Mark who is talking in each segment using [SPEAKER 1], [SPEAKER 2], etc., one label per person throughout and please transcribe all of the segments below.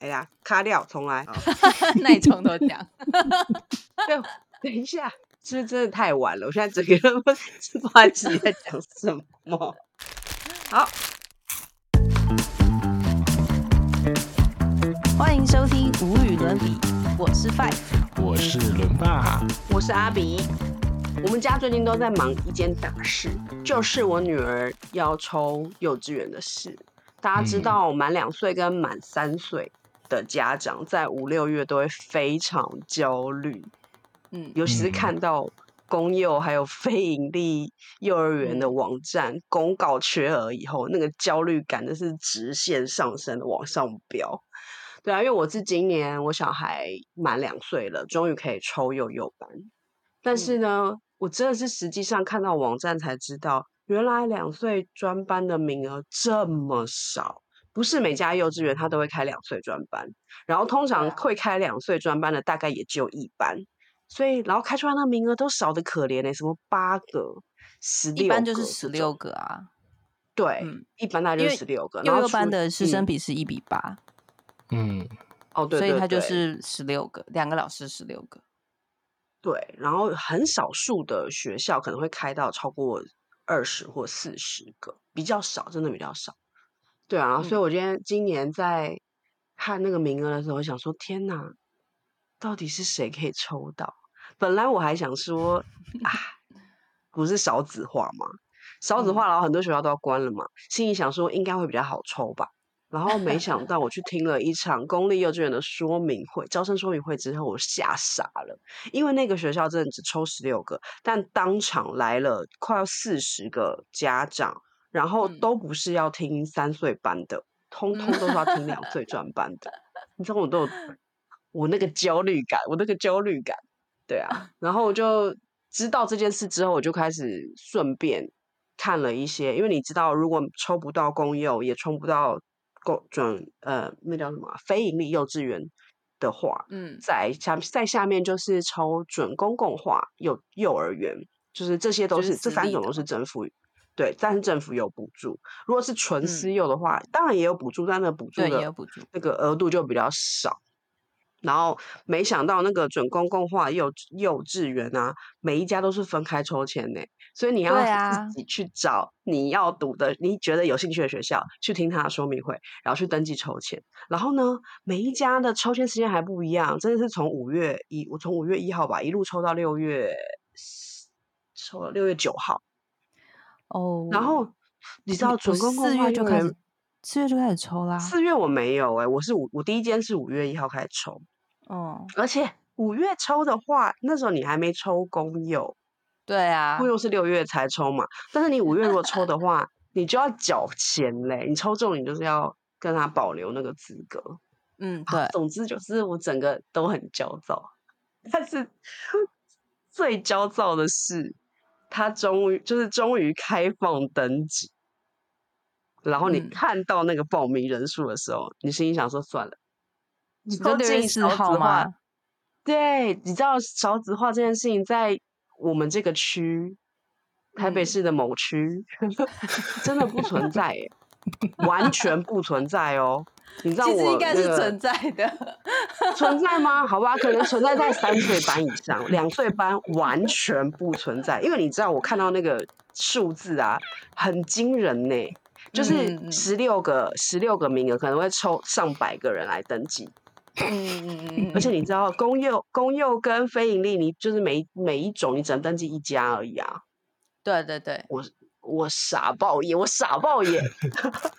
[SPEAKER 1] 哎呀，卡掉，重来。
[SPEAKER 2] 那你从头讲。
[SPEAKER 1] 对， 等一下，是不是真的太晚了？我现在整个人都 是不知道自己在讲什么。好，
[SPEAKER 2] 欢迎收听《无与伦比》，我是 Five。
[SPEAKER 3] 我是伦爸，
[SPEAKER 1] 我是阿比。我们家最近都在忙一件大事，就是我女儿要抽幼稚园的事。大家知
[SPEAKER 3] 嗯
[SPEAKER 1] 道，满两岁跟满三岁的家长在五六月都会非常焦虑，
[SPEAKER 2] 嗯，
[SPEAKER 1] 尤其是
[SPEAKER 3] 嗯
[SPEAKER 1] 看到公幼还有非盈利幼儿园的网站公告缺额以后，那个焦虑感真是直线上升的往上飙。对啊，因为我是今年我小孩满两岁了，终于可以抽幼幼班，但是呢，我真的是实际上看到网站才知道，原来两岁专班的名额这么少。不是每家幼稚园它都会开两岁专班，然后通常
[SPEAKER 2] 啊
[SPEAKER 1] 会开两岁专班的大概也只有一班，所以然后开出来那名额都少的可怜嘞、什么八个、十六，
[SPEAKER 2] 一般就是十六，个啊，
[SPEAKER 1] 对，
[SPEAKER 2] 嗯
[SPEAKER 1] 一般大概
[SPEAKER 2] 因
[SPEAKER 1] 就
[SPEAKER 2] 为
[SPEAKER 1] 十六个。然
[SPEAKER 2] 幼
[SPEAKER 1] 后
[SPEAKER 2] 幼
[SPEAKER 1] 除
[SPEAKER 2] 班
[SPEAKER 1] 了
[SPEAKER 2] 的师
[SPEAKER 1] 嗯
[SPEAKER 2] 生比是一比八、
[SPEAKER 3] 嗯，
[SPEAKER 1] 哦，对
[SPEAKER 2] 所
[SPEAKER 1] 对
[SPEAKER 2] 以它就
[SPEAKER 1] 对
[SPEAKER 2] 是十六个，两个老师十六个。
[SPEAKER 1] 对，然后很少数的学校可能会开到超过二十或四十个，比较少，真的比较少。对啊，所以我今天今年在看那个名额的时候，我想说，天哪，到底是谁可以抽到？本来我还想说，啊，不是少子化嘛，少子
[SPEAKER 2] 嗯
[SPEAKER 1] 化，然后很多学校都要关了嘛，心里想说应该会比较好抽吧。然后没想到我去听了一场公立幼稚园的说明会、招生说明会之后，我吓傻了。因为那个学校真的只抽十六个，但当场来了快要四十个家长，然后
[SPEAKER 2] 嗯
[SPEAKER 1] 都不是要听三岁班的，通
[SPEAKER 2] 嗯
[SPEAKER 1] 通都是要听两岁专班的。你知道我都有我那个焦虑感，我那个焦虑感，对 啊。然后我就知道这件事之后，我就开始顺便看了一些，因为你知道，如果抽不到公幼，也抽不到公准呃那叫什么啊非盈利幼稚园的话，
[SPEAKER 2] 嗯
[SPEAKER 1] 在下在下面就是抽准公共化幼幼儿园，就是这些都
[SPEAKER 2] 就是
[SPEAKER 1] 是
[SPEAKER 2] 私
[SPEAKER 1] 这三
[SPEAKER 2] 立
[SPEAKER 1] 种
[SPEAKER 2] 的
[SPEAKER 1] 都是政府对，但是政府有补助。如果是纯
[SPEAKER 2] 嗯
[SPEAKER 1] 私幼的话，当然也有补助，但那补助
[SPEAKER 2] 对，也有
[SPEAKER 1] 的
[SPEAKER 2] 补助。
[SPEAKER 1] 那个额度就比较少。然后没想到那个准公共化幼幼稚园啊，每一家都是分开抽签呢，所以你要
[SPEAKER 2] 对啊
[SPEAKER 1] 自己去找你要读的、你觉得有兴趣的学校，去听他的说明会，然后去登记抽签。然后呢，每一家的抽签时间还不一样，真的是从五月一，我从五月一号吧，一路抽到六月，抽到六月九号。
[SPEAKER 2] 哦，
[SPEAKER 1] 然后你知道准
[SPEAKER 2] 我
[SPEAKER 1] 公共
[SPEAKER 2] 四
[SPEAKER 1] 化
[SPEAKER 2] 月就
[SPEAKER 1] 幼儿
[SPEAKER 2] 开
[SPEAKER 1] 园
[SPEAKER 2] 始，四月就开始抽啦。
[SPEAKER 1] 四月我没有哎、我是五，我第一间是五月一号开始抽，
[SPEAKER 2] 哦，
[SPEAKER 1] 而且五月抽的话，那时候你还没抽公幼，
[SPEAKER 2] 对啊
[SPEAKER 1] 公，幼是六月才抽嘛，但是你五月如果抽的话，你就要缴钱嘞，你抽中你就是要跟他保留那个资格。
[SPEAKER 2] 嗯，
[SPEAKER 1] 好
[SPEAKER 2] 对，
[SPEAKER 1] 总之就是我整个都很焦躁，但是最焦躁的是，他终于就是终于开放登记，然后你
[SPEAKER 2] 嗯
[SPEAKER 1] 看到那个报名人数的时候，你心里想说算了，你
[SPEAKER 2] 你说
[SPEAKER 1] 都
[SPEAKER 2] 六
[SPEAKER 1] 进
[SPEAKER 2] 月四
[SPEAKER 1] 少子
[SPEAKER 2] 号
[SPEAKER 1] 化
[SPEAKER 2] 吗？
[SPEAKER 1] 对，你知道少子化这件事情在我们这个区，台北
[SPEAKER 2] 嗯
[SPEAKER 1] 市的某区，真的不存在耶，完全不存在哦。你知道我、
[SPEAKER 2] 其
[SPEAKER 1] 那
[SPEAKER 2] 实
[SPEAKER 1] 个、
[SPEAKER 2] 应该是存在 的。
[SPEAKER 1] 存在吗？好吧，可能存在在三岁班以上，两岁班完全不存在。因为你知道，我看到那个数字啊，很惊人呢、就是
[SPEAKER 2] 嗯嗯
[SPEAKER 1] 十六个十六个名额，可能会抽上百个人来登记。
[SPEAKER 2] 嗯嗯嗯嗯，
[SPEAKER 1] 而且你知道，公幼公幼跟非盈利，你就是每一每一种你只能登记一家而已啊。
[SPEAKER 2] 对对对，
[SPEAKER 1] 我傻爆眼，我傻爆眼。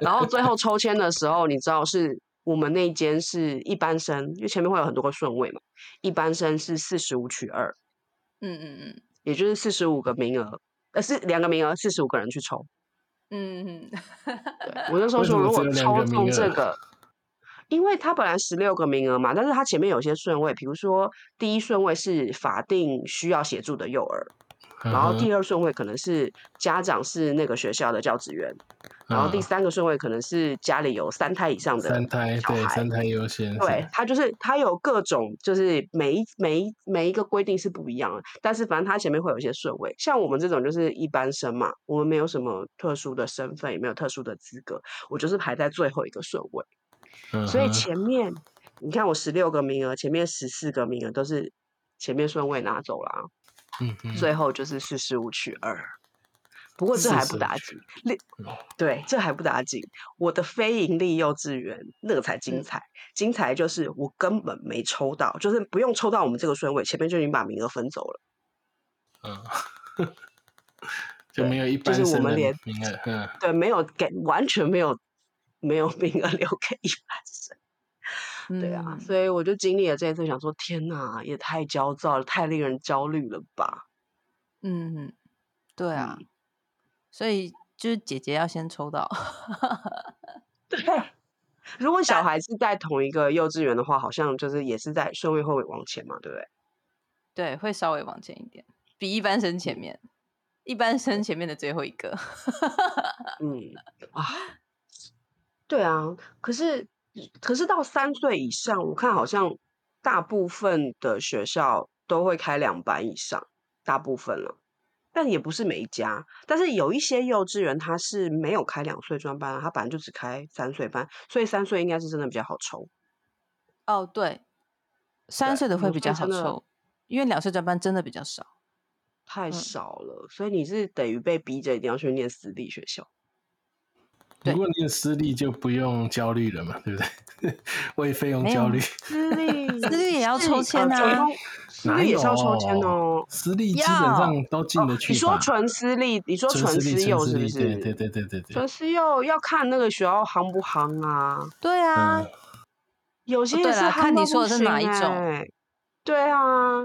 [SPEAKER 1] 然后最后抽签的时候，你知道是我们那一间是一班生，因为前面会有很多个顺位嘛，一班生是四十五取二，
[SPEAKER 2] 嗯嗯嗯。
[SPEAKER 1] 也就是四十五个名额，呃，是两个名额，四十五个人去抽。
[SPEAKER 2] 嗯，嗯
[SPEAKER 1] 对，我那时候
[SPEAKER 3] 为什
[SPEAKER 1] 说
[SPEAKER 3] 么
[SPEAKER 1] 如
[SPEAKER 3] 只
[SPEAKER 1] 果
[SPEAKER 3] 有两
[SPEAKER 1] 抽
[SPEAKER 3] 个
[SPEAKER 1] 中
[SPEAKER 3] 名
[SPEAKER 1] 这
[SPEAKER 3] 额
[SPEAKER 1] 个。因为它本来十六个名额嘛，但是它前面有些顺位，比如说第一顺位是法定需要协助的幼儿，
[SPEAKER 3] 嗯
[SPEAKER 1] 然后第二顺位可能是家长是那个学校的教职员，然后第三个顺位可能是家里有三胎以上
[SPEAKER 3] 嗯
[SPEAKER 1] 的
[SPEAKER 3] 三胎
[SPEAKER 1] 小
[SPEAKER 3] 对
[SPEAKER 1] 孩
[SPEAKER 3] 三胎优先，
[SPEAKER 1] 对，，它就是它有各种，就是每一每一每一个规定是不一样的，但是反正它前面会有一些顺位。像我们这种就是一般生嘛，我们没有什么特殊的身份，也没有特殊的资格，我就是排在最后一个顺位。
[SPEAKER 3] 嗯
[SPEAKER 1] 所以
[SPEAKER 3] 哼
[SPEAKER 1] 前面你看我十六个名额，前面十四个名额都是前面顺位拿走了啊、
[SPEAKER 3] 嗯嗯
[SPEAKER 1] 最后就是四十五取二。不过这还不
[SPEAKER 3] 45
[SPEAKER 1] 打
[SPEAKER 3] 取
[SPEAKER 1] 紧，另
[SPEAKER 3] 嗯
[SPEAKER 1] 对这还不打紧，我的非盈利幼稚园那个才精
[SPEAKER 3] 嗯
[SPEAKER 1] 彩，精彩就是我根本没抽到，就是不用抽到我们这个顺位，前面就已经把名额分走了。
[SPEAKER 3] 嗯，就
[SPEAKER 1] 对
[SPEAKER 3] 没有一
[SPEAKER 1] 就
[SPEAKER 3] 般
[SPEAKER 1] 是我
[SPEAKER 3] 生
[SPEAKER 1] 们
[SPEAKER 3] 的
[SPEAKER 1] 连
[SPEAKER 3] 名额，嗯
[SPEAKER 1] 对，没有给，完全没有没有名额 留给一般生。对
[SPEAKER 3] 嗯
[SPEAKER 1] 啊，所以我就经历了这一次，想说天哪，也太焦躁了，太令人焦虑了吧？
[SPEAKER 2] 嗯，对啊，所以就是姐姐要先抽到，
[SPEAKER 3] 啊
[SPEAKER 1] 如果小孩是在同一个幼稚园的话，好像就是也是在顺位会往前嘛，对不对？
[SPEAKER 2] 对，会稍微往前一点，比一般生前面，一般生前面的最后一个，
[SPEAKER 1] 嗯啊，对啊，可是可是到三岁以上，我看好像大部分的学校都会开两班以上，大部分了，但也不是每一家，但是有一些幼稚园它是没有开两岁专班啊，它本来就只开三岁班，所以三岁应该是真的比较好抽。
[SPEAKER 2] 哦，对，三
[SPEAKER 1] 对
[SPEAKER 2] 岁的会
[SPEAKER 1] 两
[SPEAKER 2] 比
[SPEAKER 1] 岁
[SPEAKER 2] 较好
[SPEAKER 1] 真的
[SPEAKER 2] 抽，因为两岁专班真的比较少。
[SPEAKER 1] 太
[SPEAKER 2] 嗯
[SPEAKER 1] 少了，所以你是等于被逼着一定要去念私立学校。
[SPEAKER 2] 对
[SPEAKER 3] 如果念私立就不用焦虑了嘛，对不对？ 为费用
[SPEAKER 2] 没
[SPEAKER 3] 焦
[SPEAKER 2] 有
[SPEAKER 3] 虑，
[SPEAKER 1] 私立呃
[SPEAKER 2] 私立也要抽签啊
[SPEAKER 1] 私
[SPEAKER 3] 哪
[SPEAKER 1] 立也
[SPEAKER 3] 有
[SPEAKER 1] 是要抽签哦。
[SPEAKER 3] 私立基本上都进得去吧、
[SPEAKER 1] 你说纯私立，你说
[SPEAKER 3] 纯
[SPEAKER 1] 纯
[SPEAKER 3] 私
[SPEAKER 1] 私
[SPEAKER 3] 立，
[SPEAKER 1] 幼
[SPEAKER 3] 纯
[SPEAKER 1] 是
[SPEAKER 3] 私
[SPEAKER 1] 不
[SPEAKER 3] 立，
[SPEAKER 1] 是？
[SPEAKER 3] 对对对对对对
[SPEAKER 1] 纯，私幼要看那个学校夯不夯啊，
[SPEAKER 2] 对啊，
[SPEAKER 3] 嗯哦
[SPEAKER 1] 有些
[SPEAKER 2] 对
[SPEAKER 1] 也是
[SPEAKER 2] 啦
[SPEAKER 1] 夯
[SPEAKER 2] 看你
[SPEAKER 1] 到不
[SPEAKER 2] 说的是哪
[SPEAKER 1] 行
[SPEAKER 2] 一种
[SPEAKER 1] 欸。对啊，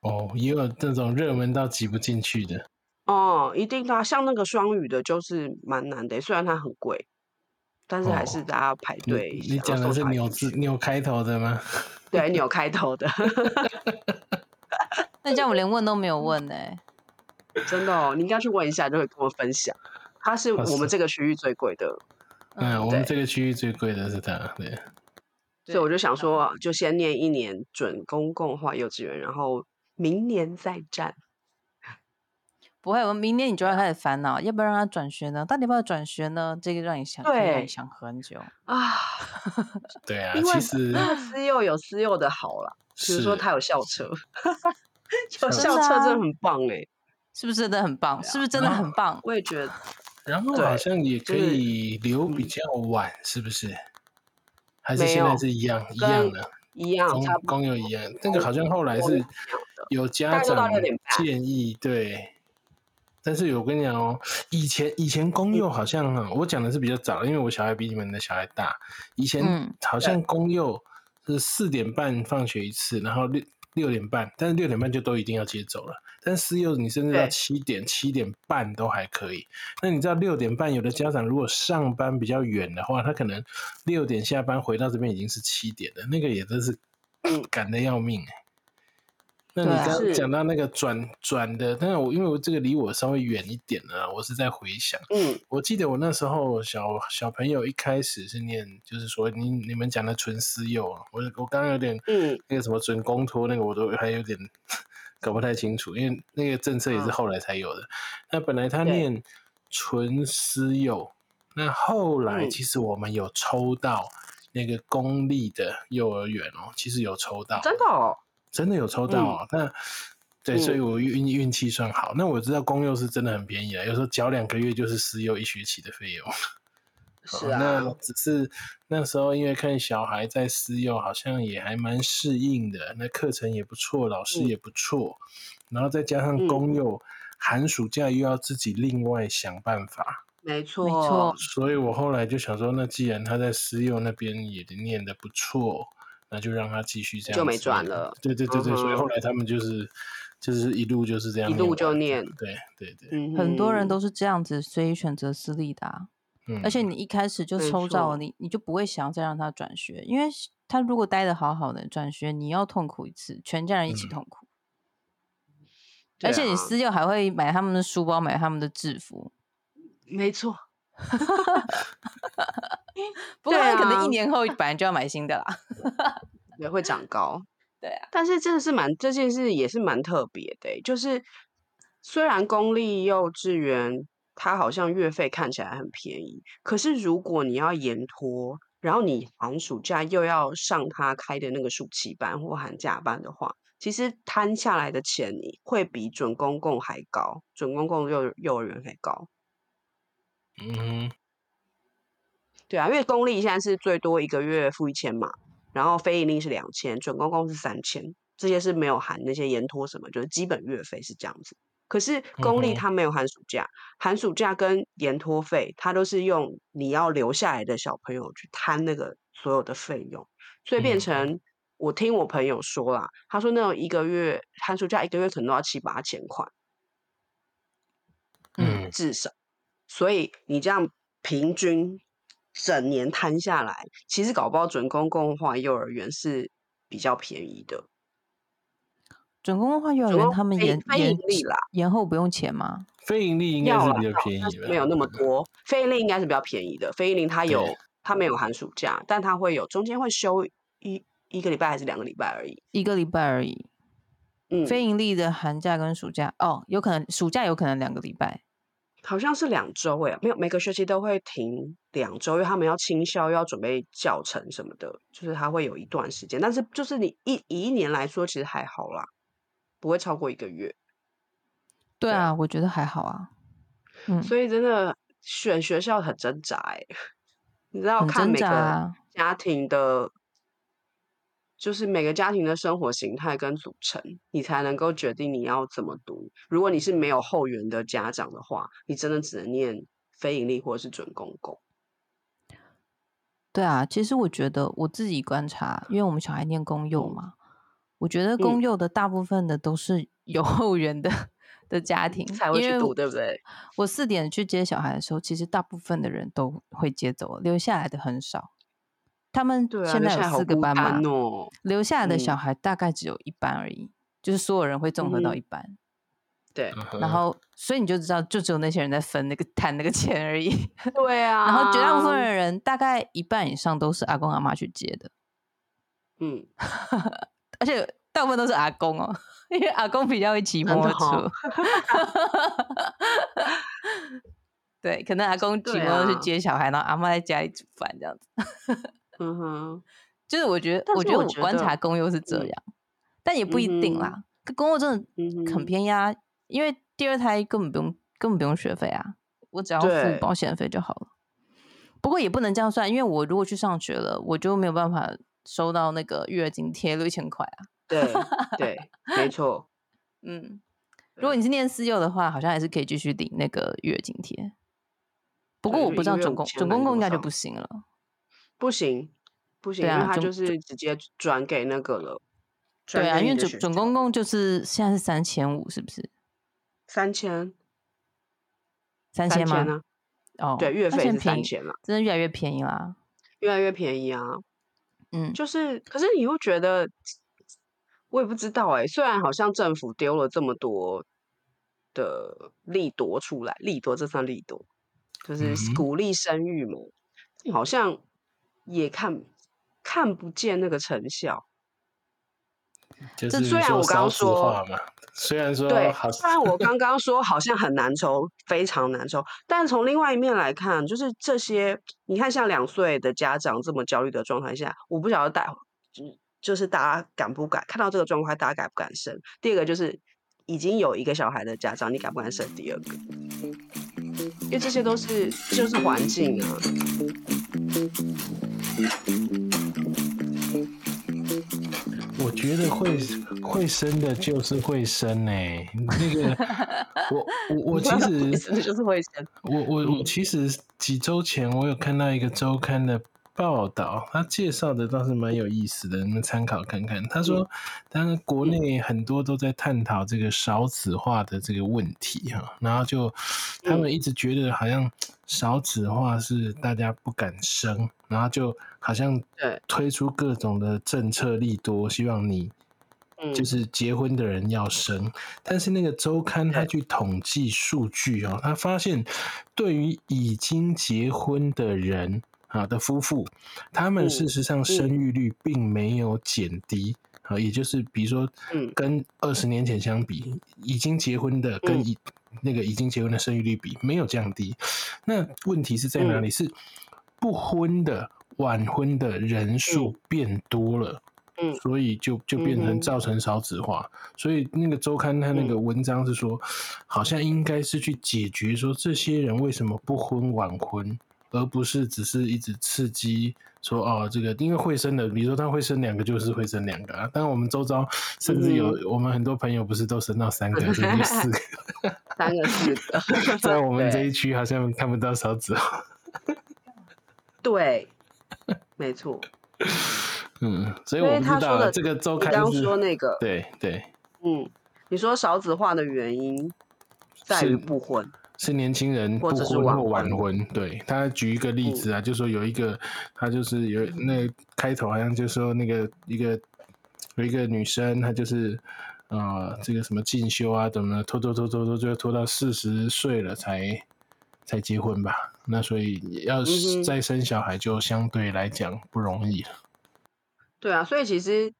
[SPEAKER 3] 哦，也有那种热门到挤不进去的，
[SPEAKER 1] 哦，一定的啊、像那个双语的，就是蛮难的欸，虽然它很贵，但是还是
[SPEAKER 3] 哦
[SPEAKER 1] 大家排
[SPEAKER 3] 你
[SPEAKER 1] 队想
[SPEAKER 3] 你
[SPEAKER 1] 要
[SPEAKER 3] 讲的
[SPEAKER 1] 送
[SPEAKER 3] 是
[SPEAKER 1] 小孩
[SPEAKER 3] 扭
[SPEAKER 1] 进
[SPEAKER 3] 字
[SPEAKER 1] 去
[SPEAKER 3] 扭开头的吗？
[SPEAKER 1] 对，扭开头的，
[SPEAKER 2] 那这样我连问都没有问呢、
[SPEAKER 1] 真的哦，你应该去问一下，就会跟我分享。它是
[SPEAKER 3] 哇
[SPEAKER 1] 我们
[SPEAKER 3] 塞
[SPEAKER 1] 这个区域最贵的，
[SPEAKER 3] 嗯，我
[SPEAKER 1] 对
[SPEAKER 3] 们这个区域最贵的是它，对，
[SPEAKER 1] 所以我
[SPEAKER 2] 对
[SPEAKER 1] 就
[SPEAKER 3] 嗯
[SPEAKER 1] 想说，就先念一年准公共化幼稚园，然后明年再战。
[SPEAKER 2] 不会，我明年你就会开始烦恼，要不要让他转学呢？到底要不要转学呢？这个让你想，可以让
[SPEAKER 1] 对
[SPEAKER 2] 你想很久。
[SPEAKER 1] 啊，
[SPEAKER 3] 对啊，
[SPEAKER 1] 因为
[SPEAKER 3] 其实
[SPEAKER 1] 因为私幼有私幼的好啦，比如
[SPEAKER 3] 是
[SPEAKER 1] 说它有校车，有
[SPEAKER 3] 校
[SPEAKER 1] 校
[SPEAKER 2] 车
[SPEAKER 1] 车真
[SPEAKER 2] 啊
[SPEAKER 1] 的很棒哎、
[SPEAKER 2] 是不是真的很
[SPEAKER 1] 啊
[SPEAKER 2] 棒？是不是真的很棒？
[SPEAKER 1] 我也觉得
[SPEAKER 3] 然后
[SPEAKER 1] 对
[SPEAKER 3] 好像也
[SPEAKER 1] 就
[SPEAKER 3] 可
[SPEAKER 1] 是嗯
[SPEAKER 3] 以留比较晚，是不是？还是
[SPEAKER 1] 没
[SPEAKER 3] 现在
[SPEAKER 1] 有
[SPEAKER 3] 是一样一
[SPEAKER 1] 跟
[SPEAKER 3] 样的，
[SPEAKER 1] 一样，
[SPEAKER 3] 公
[SPEAKER 1] 差不多
[SPEAKER 3] 公有一样。那个好像后来
[SPEAKER 1] 公有一
[SPEAKER 3] 是
[SPEAKER 1] 样的
[SPEAKER 3] 有家
[SPEAKER 1] 大概都到
[SPEAKER 3] 长
[SPEAKER 1] 6:30
[SPEAKER 3] 建议，对。但是我跟你讲哦，以前以前公
[SPEAKER 1] 嗯
[SPEAKER 3] 幼好像啊，我讲的是比较早，因为我小孩比你们的小孩大。以前
[SPEAKER 2] 嗯
[SPEAKER 3] 好像公幼是四点半放学一次，然后六六点半，但是六点半就都一定要接走了。但私幼你甚至到
[SPEAKER 1] 对
[SPEAKER 3] 七点、七点半都还可以。那你知道六点半有的家长如果上班比较远的话，他可能六点下班回到这边已经是七点了，那个也真是
[SPEAKER 1] 嗯
[SPEAKER 3] 赶得要命、欸。那你
[SPEAKER 2] 对啊
[SPEAKER 3] 刚刚
[SPEAKER 1] 是
[SPEAKER 3] 讲到那个转转的，但是我因为我这个离我稍微远一点了啊，我是在回想，
[SPEAKER 1] 嗯
[SPEAKER 3] 我记得我那时候小小朋友一开始是念，就是说你你们讲的纯私幼啊，我我刚刚有点
[SPEAKER 1] 嗯，
[SPEAKER 3] 那个什么准公托那个我都还有点 搞不太清楚，因为那个政策也是
[SPEAKER 1] 嗯
[SPEAKER 3] 后来才有的。那本来他
[SPEAKER 1] 对
[SPEAKER 3] 念纯私幼，那后来
[SPEAKER 1] 嗯
[SPEAKER 3] 其实我们有抽到那个公立的幼儿园哦，其实有抽到，
[SPEAKER 1] 真的哦，
[SPEAKER 3] 真的有抽到、哦，那对，
[SPEAKER 1] 嗯
[SPEAKER 3] 所以我运运气算好。那我知道公幼是真的很便宜了，有时候缴两个月就是私幼一学期的费用。
[SPEAKER 1] 是
[SPEAKER 3] 哦
[SPEAKER 1] 啊，
[SPEAKER 3] 那只是那时候因为看小孩在私幼，好像也还蛮适应的，那课程也不错，老师
[SPEAKER 1] 嗯
[SPEAKER 3] 也不错，然后再加上
[SPEAKER 1] 嗯
[SPEAKER 3] 公幼，寒暑假又要自己另外想办法。
[SPEAKER 1] 没错，
[SPEAKER 2] 错
[SPEAKER 3] 所以我后来就想说，那既然他在私幼那边也念得不错，那就让他继续这样
[SPEAKER 1] 就没
[SPEAKER 3] 子
[SPEAKER 1] 转
[SPEAKER 3] 念
[SPEAKER 1] 了
[SPEAKER 3] 对对对对，所以
[SPEAKER 1] 嗯哼
[SPEAKER 3] 后来他们就是就是一路就是这样
[SPEAKER 1] 一路就
[SPEAKER 3] 完的
[SPEAKER 1] 念
[SPEAKER 3] 对对对，
[SPEAKER 1] 嗯，
[SPEAKER 2] 很多人。都是这样子，所以选择私立的、啊。
[SPEAKER 3] 嗯，
[SPEAKER 2] 而且你一开始就
[SPEAKER 1] 没
[SPEAKER 2] 抽到
[SPEAKER 1] 错
[SPEAKER 2] 了你，你就不会想要再让他转学，因为他如果待的好好的，转学你要痛苦一次，全家人一起
[SPEAKER 3] 嗯
[SPEAKER 2] 痛苦。
[SPEAKER 1] 对
[SPEAKER 2] 而且你
[SPEAKER 1] 啊
[SPEAKER 2] 私幼还会买他们的书包，买他们的制服。
[SPEAKER 1] 没错，
[SPEAKER 2] 不过他们可能
[SPEAKER 1] 对啊
[SPEAKER 2] 一年后本来就要买新的 啦。
[SPEAKER 1] 也会长高。
[SPEAKER 2] 对啊，
[SPEAKER 1] 但是真的是蛮这件事也是蛮特别的欸、就是虽然公立幼稚园它好像月费看起来很便宜，可是如果你要延托，然后你寒暑假又要上他开的那个暑期班或寒假班的话，其实摊下来的钱你会比准公共还高，准公共幼幼儿园还高。
[SPEAKER 3] 嗯，
[SPEAKER 1] 对啊，因为公立现在是最多一个月付一千嘛，然后非盈利是两千，准公共是三千，这些是没有含那些延托什么，就是基本月费是这样子。可是公立
[SPEAKER 3] 嗯哼
[SPEAKER 1] 它没有寒暑假，寒暑假跟延托费，它都是用你要留下来的小朋友去摊那个所有的费用，所以变
[SPEAKER 3] 嗯
[SPEAKER 1] 成我听我朋友说啦，他说那种一个月寒暑假一个月可能都要七八千块。
[SPEAKER 3] 嗯
[SPEAKER 1] 至少。所以你这样平均整年摊下来，其实搞不好准公共化幼儿园是比较便宜的。
[SPEAKER 2] 准公共化幼儿
[SPEAKER 1] 准
[SPEAKER 2] 园
[SPEAKER 1] 公
[SPEAKER 2] 他们
[SPEAKER 1] 非
[SPEAKER 2] 延
[SPEAKER 1] 非
[SPEAKER 2] 延
[SPEAKER 1] 盈利啦
[SPEAKER 2] 延后不用钱吗？
[SPEAKER 3] 非盈利应该
[SPEAKER 1] 要
[SPEAKER 3] 是
[SPEAKER 1] 啦
[SPEAKER 3] 比较便
[SPEAKER 1] 但
[SPEAKER 3] 宜
[SPEAKER 1] 是
[SPEAKER 3] 吧，
[SPEAKER 1] 没有那么
[SPEAKER 3] 我觉得。
[SPEAKER 1] 多。非营利应该是比较便宜的，非营利它
[SPEAKER 3] 对
[SPEAKER 1] 有它没有寒暑假，但它会有中间会休一一个礼拜还是两个礼拜而已。
[SPEAKER 2] 一个礼拜而已。
[SPEAKER 1] 嗯，
[SPEAKER 2] 非盈利的寒假跟暑假哦，有可能暑假有可能两个礼拜。
[SPEAKER 1] 好像是两周诶，没有每个学期都会停两周，因为他们要清销，要准备教程什么的，就是他会有一段时间。但是就是你一以一年来说，其实还好啦，不会超过一个月。
[SPEAKER 2] 对
[SPEAKER 1] 对
[SPEAKER 2] 啊，我觉得还好啊。嗯，
[SPEAKER 1] 所以真的选学校很挣扎诶，你知道
[SPEAKER 2] 很
[SPEAKER 1] 看
[SPEAKER 2] 挣
[SPEAKER 1] 每
[SPEAKER 2] 扎
[SPEAKER 1] 个
[SPEAKER 2] 啊。
[SPEAKER 1] 家庭的，就是每个家庭的生活形态跟组成，你才能够决定你要怎么读。如果你是没有后援的家长的话，你真的只能念非盈利或者是准公共。
[SPEAKER 2] 对啊，其实我觉得我自己观察，因为我们小孩念公幼
[SPEAKER 1] 嗯
[SPEAKER 2] 嘛，我觉得公幼的大部分的都是有后援的的家庭
[SPEAKER 1] 嗯才会
[SPEAKER 2] 嗯因
[SPEAKER 1] 去
[SPEAKER 2] 为
[SPEAKER 1] 读对不对？
[SPEAKER 2] 我四点去接小孩的时候，其实大部分的人都会接走，留下来的很少。他们
[SPEAKER 1] 对啊，
[SPEAKER 2] 现
[SPEAKER 1] 留
[SPEAKER 2] 在
[SPEAKER 1] 下来
[SPEAKER 2] 有
[SPEAKER 1] 好
[SPEAKER 2] 四个
[SPEAKER 1] 孤
[SPEAKER 2] 班嘛
[SPEAKER 1] 单， 哦。
[SPEAKER 2] 留下来的小
[SPEAKER 1] 嗯
[SPEAKER 2] 孩大概只有一班而已，就是所有人会综合
[SPEAKER 1] 嗯
[SPEAKER 2] 到
[SPEAKER 1] 哼
[SPEAKER 2] 一班，
[SPEAKER 1] 对
[SPEAKER 3] 嗯
[SPEAKER 2] 然后所以你就知道，就只有那些人在分那个 摊那个钱而已。
[SPEAKER 1] 对啊，
[SPEAKER 2] 然后绝大部分的人，大概一半以上都是阿公阿妈去接的，
[SPEAKER 1] 嗯，
[SPEAKER 2] 而且大部分都是阿公哦， 因为阿公比较会骑摩
[SPEAKER 1] 真哦的
[SPEAKER 2] 托车
[SPEAKER 1] 哦。
[SPEAKER 2] 对，可能阿公骑
[SPEAKER 1] 对
[SPEAKER 2] 摩托去
[SPEAKER 1] 啊
[SPEAKER 2] 接小孩，然后阿妈在家里煮饭这样子。
[SPEAKER 1] 嗯哼，
[SPEAKER 2] 就是我觉得，
[SPEAKER 1] 但
[SPEAKER 2] 我
[SPEAKER 1] 是
[SPEAKER 2] 觉得
[SPEAKER 1] 我
[SPEAKER 2] 我
[SPEAKER 1] 觉
[SPEAKER 2] 观
[SPEAKER 1] 得
[SPEAKER 2] 察公幼是这
[SPEAKER 1] 嗯
[SPEAKER 2] 样，但也不一定
[SPEAKER 1] 嗯哼
[SPEAKER 2] 啦。可公幼真的
[SPEAKER 1] 嗯哼
[SPEAKER 2] 很便宜啊，因为第二胎根本不用根本不用学费啊，我只要
[SPEAKER 1] 对
[SPEAKER 2] 付保险费就好了。不过也不能这样算，因为我如果去上学了，我就没有办法收到那个育儿津贴六千块啊。
[SPEAKER 1] 对对，没错，
[SPEAKER 2] 嗯，如果你是念私幼的话，好像还是可以继续领那个育儿津贴。不过
[SPEAKER 1] 对
[SPEAKER 2] 我
[SPEAKER 1] 就
[SPEAKER 2] 不知
[SPEAKER 1] 一
[SPEAKER 2] 道
[SPEAKER 1] 个月
[SPEAKER 2] 准
[SPEAKER 1] 五千
[SPEAKER 2] 公准
[SPEAKER 1] 还是
[SPEAKER 2] 公共
[SPEAKER 1] 多
[SPEAKER 2] 应该就
[SPEAKER 1] 少
[SPEAKER 2] 不行了。
[SPEAKER 1] 不行不行，
[SPEAKER 2] 对
[SPEAKER 1] 因为
[SPEAKER 2] 啊
[SPEAKER 1] 他
[SPEAKER 2] 准
[SPEAKER 1] 就是直接转给那个了，转
[SPEAKER 2] 对啊，
[SPEAKER 1] 给
[SPEAKER 2] 因
[SPEAKER 1] 你
[SPEAKER 2] 为
[SPEAKER 1] 的
[SPEAKER 2] 准
[SPEAKER 1] 学
[SPEAKER 2] 准
[SPEAKER 1] 校
[SPEAKER 2] 公共就是现在是三千五，是不是？
[SPEAKER 1] 三千
[SPEAKER 2] 三
[SPEAKER 1] 三
[SPEAKER 2] 千吗？
[SPEAKER 1] 千啊，
[SPEAKER 2] 哦，
[SPEAKER 1] 对，月
[SPEAKER 2] 那
[SPEAKER 1] 费
[SPEAKER 2] 现
[SPEAKER 1] 是
[SPEAKER 2] 在便
[SPEAKER 1] 三
[SPEAKER 2] 宜，
[SPEAKER 1] 千了，
[SPEAKER 2] 真的越来越便宜啦。
[SPEAKER 1] 越来越便宜啊。
[SPEAKER 2] 嗯，
[SPEAKER 1] 就是，可是你会觉得，我也不知道哎、虽然好像政府丢了这么多的利多出来，利多这算利多，就是
[SPEAKER 3] 嗯哼
[SPEAKER 1] 鼓励生育嘛，
[SPEAKER 2] 嗯
[SPEAKER 1] 好像也看看不见那个成效。
[SPEAKER 3] 就
[SPEAKER 1] 这
[SPEAKER 3] 是
[SPEAKER 1] 虽然
[SPEAKER 3] 说
[SPEAKER 1] 我刚刚
[SPEAKER 3] 少子
[SPEAKER 1] 说
[SPEAKER 3] 化嘛，虽然说
[SPEAKER 1] 对
[SPEAKER 3] 哦好，，
[SPEAKER 1] 虽然我刚 刚说好像很难抽，非常难抽，但从另外一面来看，就是这些，你看像两岁的家长这么焦虑的状态下，我不晓得大，嗯就是大家敢不敢看到这个状况，大家敢不敢生？第二个就是已经有一个小孩的家长，你敢不敢生第二个？因为这些都是就是环境 啊，
[SPEAKER 3] 我觉得会会生的就是会生呢、那个我我我其
[SPEAKER 1] 意
[SPEAKER 3] 实
[SPEAKER 1] 思就是会生。
[SPEAKER 3] 我我我其实几周前我有看到一个周刊的报道，他介绍的倒是蛮有意思的，你们参考看看。他说，当然国内很多都在探讨这个少子化的这个问题哈，然后就他们一直觉得好像少子化是大家不敢生，然后就好像
[SPEAKER 1] 对
[SPEAKER 3] 推出各种的政策利多，希望你
[SPEAKER 1] 嗯
[SPEAKER 3] 就是结婚的人要生，但是那个周刊他
[SPEAKER 1] 对
[SPEAKER 3] 去统计数据哦，他发现对于已经结婚的人啊的夫妇，他们
[SPEAKER 1] 嗯
[SPEAKER 3] 事实上生育率并没有减低。啊，也就是比如说
[SPEAKER 1] 嗯，
[SPEAKER 3] 跟二十年前相比，已经结婚的跟
[SPEAKER 1] 嗯
[SPEAKER 3] 已、那个已经结婚
[SPEAKER 1] 嗯
[SPEAKER 3] 的生育率比没有降低。那问题是在哪里？是不婚的晚婚的人数变多了，
[SPEAKER 1] 嗯
[SPEAKER 3] 所以就就变
[SPEAKER 1] 嗯
[SPEAKER 3] 成
[SPEAKER 1] 哼嗯
[SPEAKER 3] 造成少子化。所以那个周刊它那个文章是说，好像应该是去解决说这些人为什么不婚晚婚，而不是只是一直刺激说哦这个，因为会生的，比如说他会生两个就是会生两个啊。但我们周遭甚至
[SPEAKER 1] 嗯
[SPEAKER 3] 有、我们很多朋友不是都生到三个甚至 四个，
[SPEAKER 1] 三个四 个，
[SPEAKER 3] 在我们这
[SPEAKER 1] 对
[SPEAKER 3] 一区好像看不到少子化。
[SPEAKER 1] 对，没错。
[SPEAKER 3] 嗯，所以
[SPEAKER 1] 因
[SPEAKER 3] 我
[SPEAKER 1] 为
[SPEAKER 3] 不
[SPEAKER 1] 他
[SPEAKER 3] 知道
[SPEAKER 1] 说
[SPEAKER 3] 啊
[SPEAKER 1] 的
[SPEAKER 3] 这个周
[SPEAKER 1] 你
[SPEAKER 3] 刊
[SPEAKER 1] 刚刚
[SPEAKER 3] 是
[SPEAKER 1] 说那个，
[SPEAKER 3] 对对，
[SPEAKER 1] 嗯，你说少子化的原因在于
[SPEAKER 3] 是
[SPEAKER 1] 不婚，
[SPEAKER 3] 是年轻人不
[SPEAKER 1] 或者是
[SPEAKER 3] 婚
[SPEAKER 1] 晚
[SPEAKER 3] 或晚
[SPEAKER 1] 婚嗯
[SPEAKER 3] 婚。对他举一个例子啊，就说有一个他就是有那开头好像就说那个一个有一个女生，她就是呃这个什么进修啊怎么的拖拖拖拖拖，就拖到四十岁了才才结婚吧。那所以要
[SPEAKER 1] 嗯哼
[SPEAKER 3] 再生小孩就相对来讲不容易了。
[SPEAKER 1] 对啊，所以其实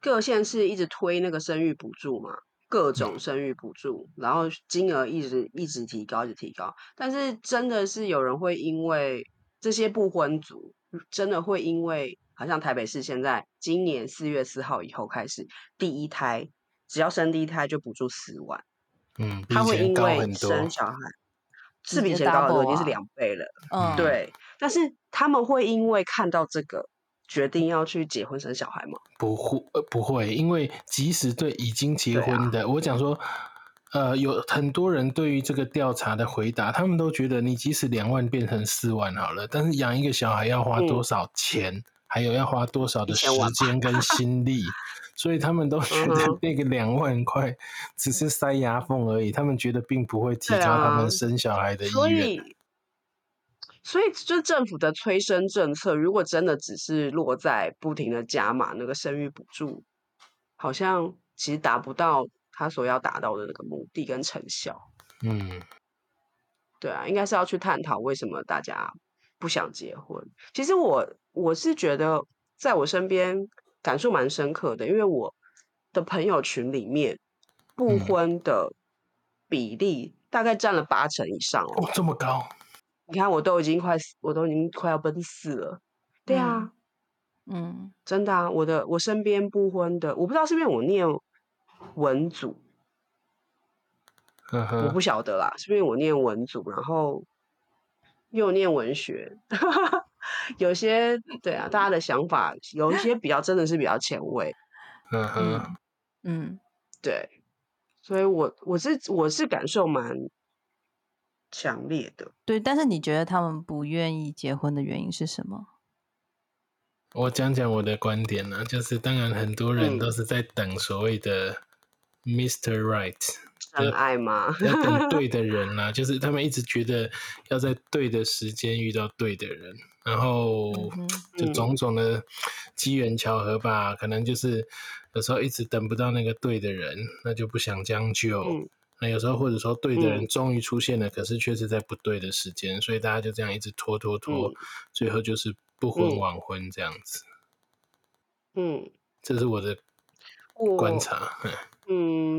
[SPEAKER 1] 各县市一直推那个生育补助嘛，各种生育补助，然后金额一直一直提高，一直提高。但是真的是有人会因为这些不婚族，真的会因为好像台北市现在今年四月四号以后开始，第一胎只要生第一胎就补助四万。
[SPEAKER 3] 嗯，比
[SPEAKER 1] 他
[SPEAKER 3] 以
[SPEAKER 1] 会
[SPEAKER 3] 前
[SPEAKER 1] 因
[SPEAKER 3] 高
[SPEAKER 1] 为
[SPEAKER 3] 很多。
[SPEAKER 1] 生小孩是
[SPEAKER 2] 直
[SPEAKER 1] 比以
[SPEAKER 2] 接
[SPEAKER 1] 前高很多，已
[SPEAKER 2] double
[SPEAKER 1] 经是
[SPEAKER 2] 啊
[SPEAKER 1] 两倍了。
[SPEAKER 2] 嗯，
[SPEAKER 1] 对，但是他们会因为看到这个决定要去结婚生小孩吗？
[SPEAKER 3] 不会，呃不会，因为即使对已经结
[SPEAKER 1] 对啊
[SPEAKER 3] 婚的，我讲说，呃，有很多人对于这个调查的回答，他们都觉得你即使两万变成四万好了，但是养一个小孩要花
[SPEAKER 1] 嗯
[SPEAKER 3] 多少钱，还有要花多少的时
[SPEAKER 1] 1000万
[SPEAKER 3] 间跟 心力，所以他们都觉
[SPEAKER 1] 嗯哼
[SPEAKER 3] 得那个两万块只是塞牙缝而已，他们觉得并不会提
[SPEAKER 1] 对
[SPEAKER 3] 高他
[SPEAKER 1] 啊
[SPEAKER 3] 们生小孩的啊意
[SPEAKER 1] 所
[SPEAKER 3] 愿。
[SPEAKER 1] 以，所以就政府的催生政策，如果真的只是落在不停的加码那个生育补助，好像其实达不到他所要达到的那个目的跟成效。
[SPEAKER 3] 嗯，
[SPEAKER 1] 对啊，应该是要去探讨为什么大家不想结婚。其实我我是觉得，在我身边感受蛮深刻的，因为我的朋友群里面不
[SPEAKER 3] 嗯
[SPEAKER 1] 婚的比例大概占了八成以上哦。
[SPEAKER 3] 哦，这么高，
[SPEAKER 1] 你看，我都已经快死，我都已经快要奔四了。对啊，
[SPEAKER 2] 嗯嗯，
[SPEAKER 1] 真的啊，我的我身边不婚的，我不知道是不是因为我念文组，
[SPEAKER 3] 呵
[SPEAKER 1] 我
[SPEAKER 3] 呵，
[SPEAKER 1] 不晓得啦，是不是我念文组，然后又念文学， 有些对啊，大家的想法有一些比较真的是比较前卫，
[SPEAKER 3] 呵呵。
[SPEAKER 2] 嗯嗯，
[SPEAKER 1] 对，所以我我是我是感受蛮强烈的，
[SPEAKER 2] 对。但是你觉得他们不愿意结婚的原因是什么？
[SPEAKER 3] 我讲讲我的观点呢、就是当然很多人
[SPEAKER 1] 嗯
[SPEAKER 3] 都是在等所谓的 Mr. Right，
[SPEAKER 1] 真爱吗？
[SPEAKER 3] 要等对的人啦、就是他们一直觉得要在对的时间遇到对的人，然后
[SPEAKER 2] 嗯哼
[SPEAKER 3] 就
[SPEAKER 1] 嗯
[SPEAKER 3] 种种的机缘巧合吧，可能就是有时候一直等不到那个对的人，那就不想将就。
[SPEAKER 1] 嗯
[SPEAKER 3] 那有时候或者说对的人
[SPEAKER 1] 嗯
[SPEAKER 3] 终于出现了，可是却是在不对的时间，所以大家就这样一直拖拖拖，
[SPEAKER 1] 嗯
[SPEAKER 3] 最后就是不婚
[SPEAKER 1] 嗯
[SPEAKER 3] 晚婚这样子。
[SPEAKER 1] 嗯，
[SPEAKER 3] 这是我的观
[SPEAKER 1] 我
[SPEAKER 3] 察。嗯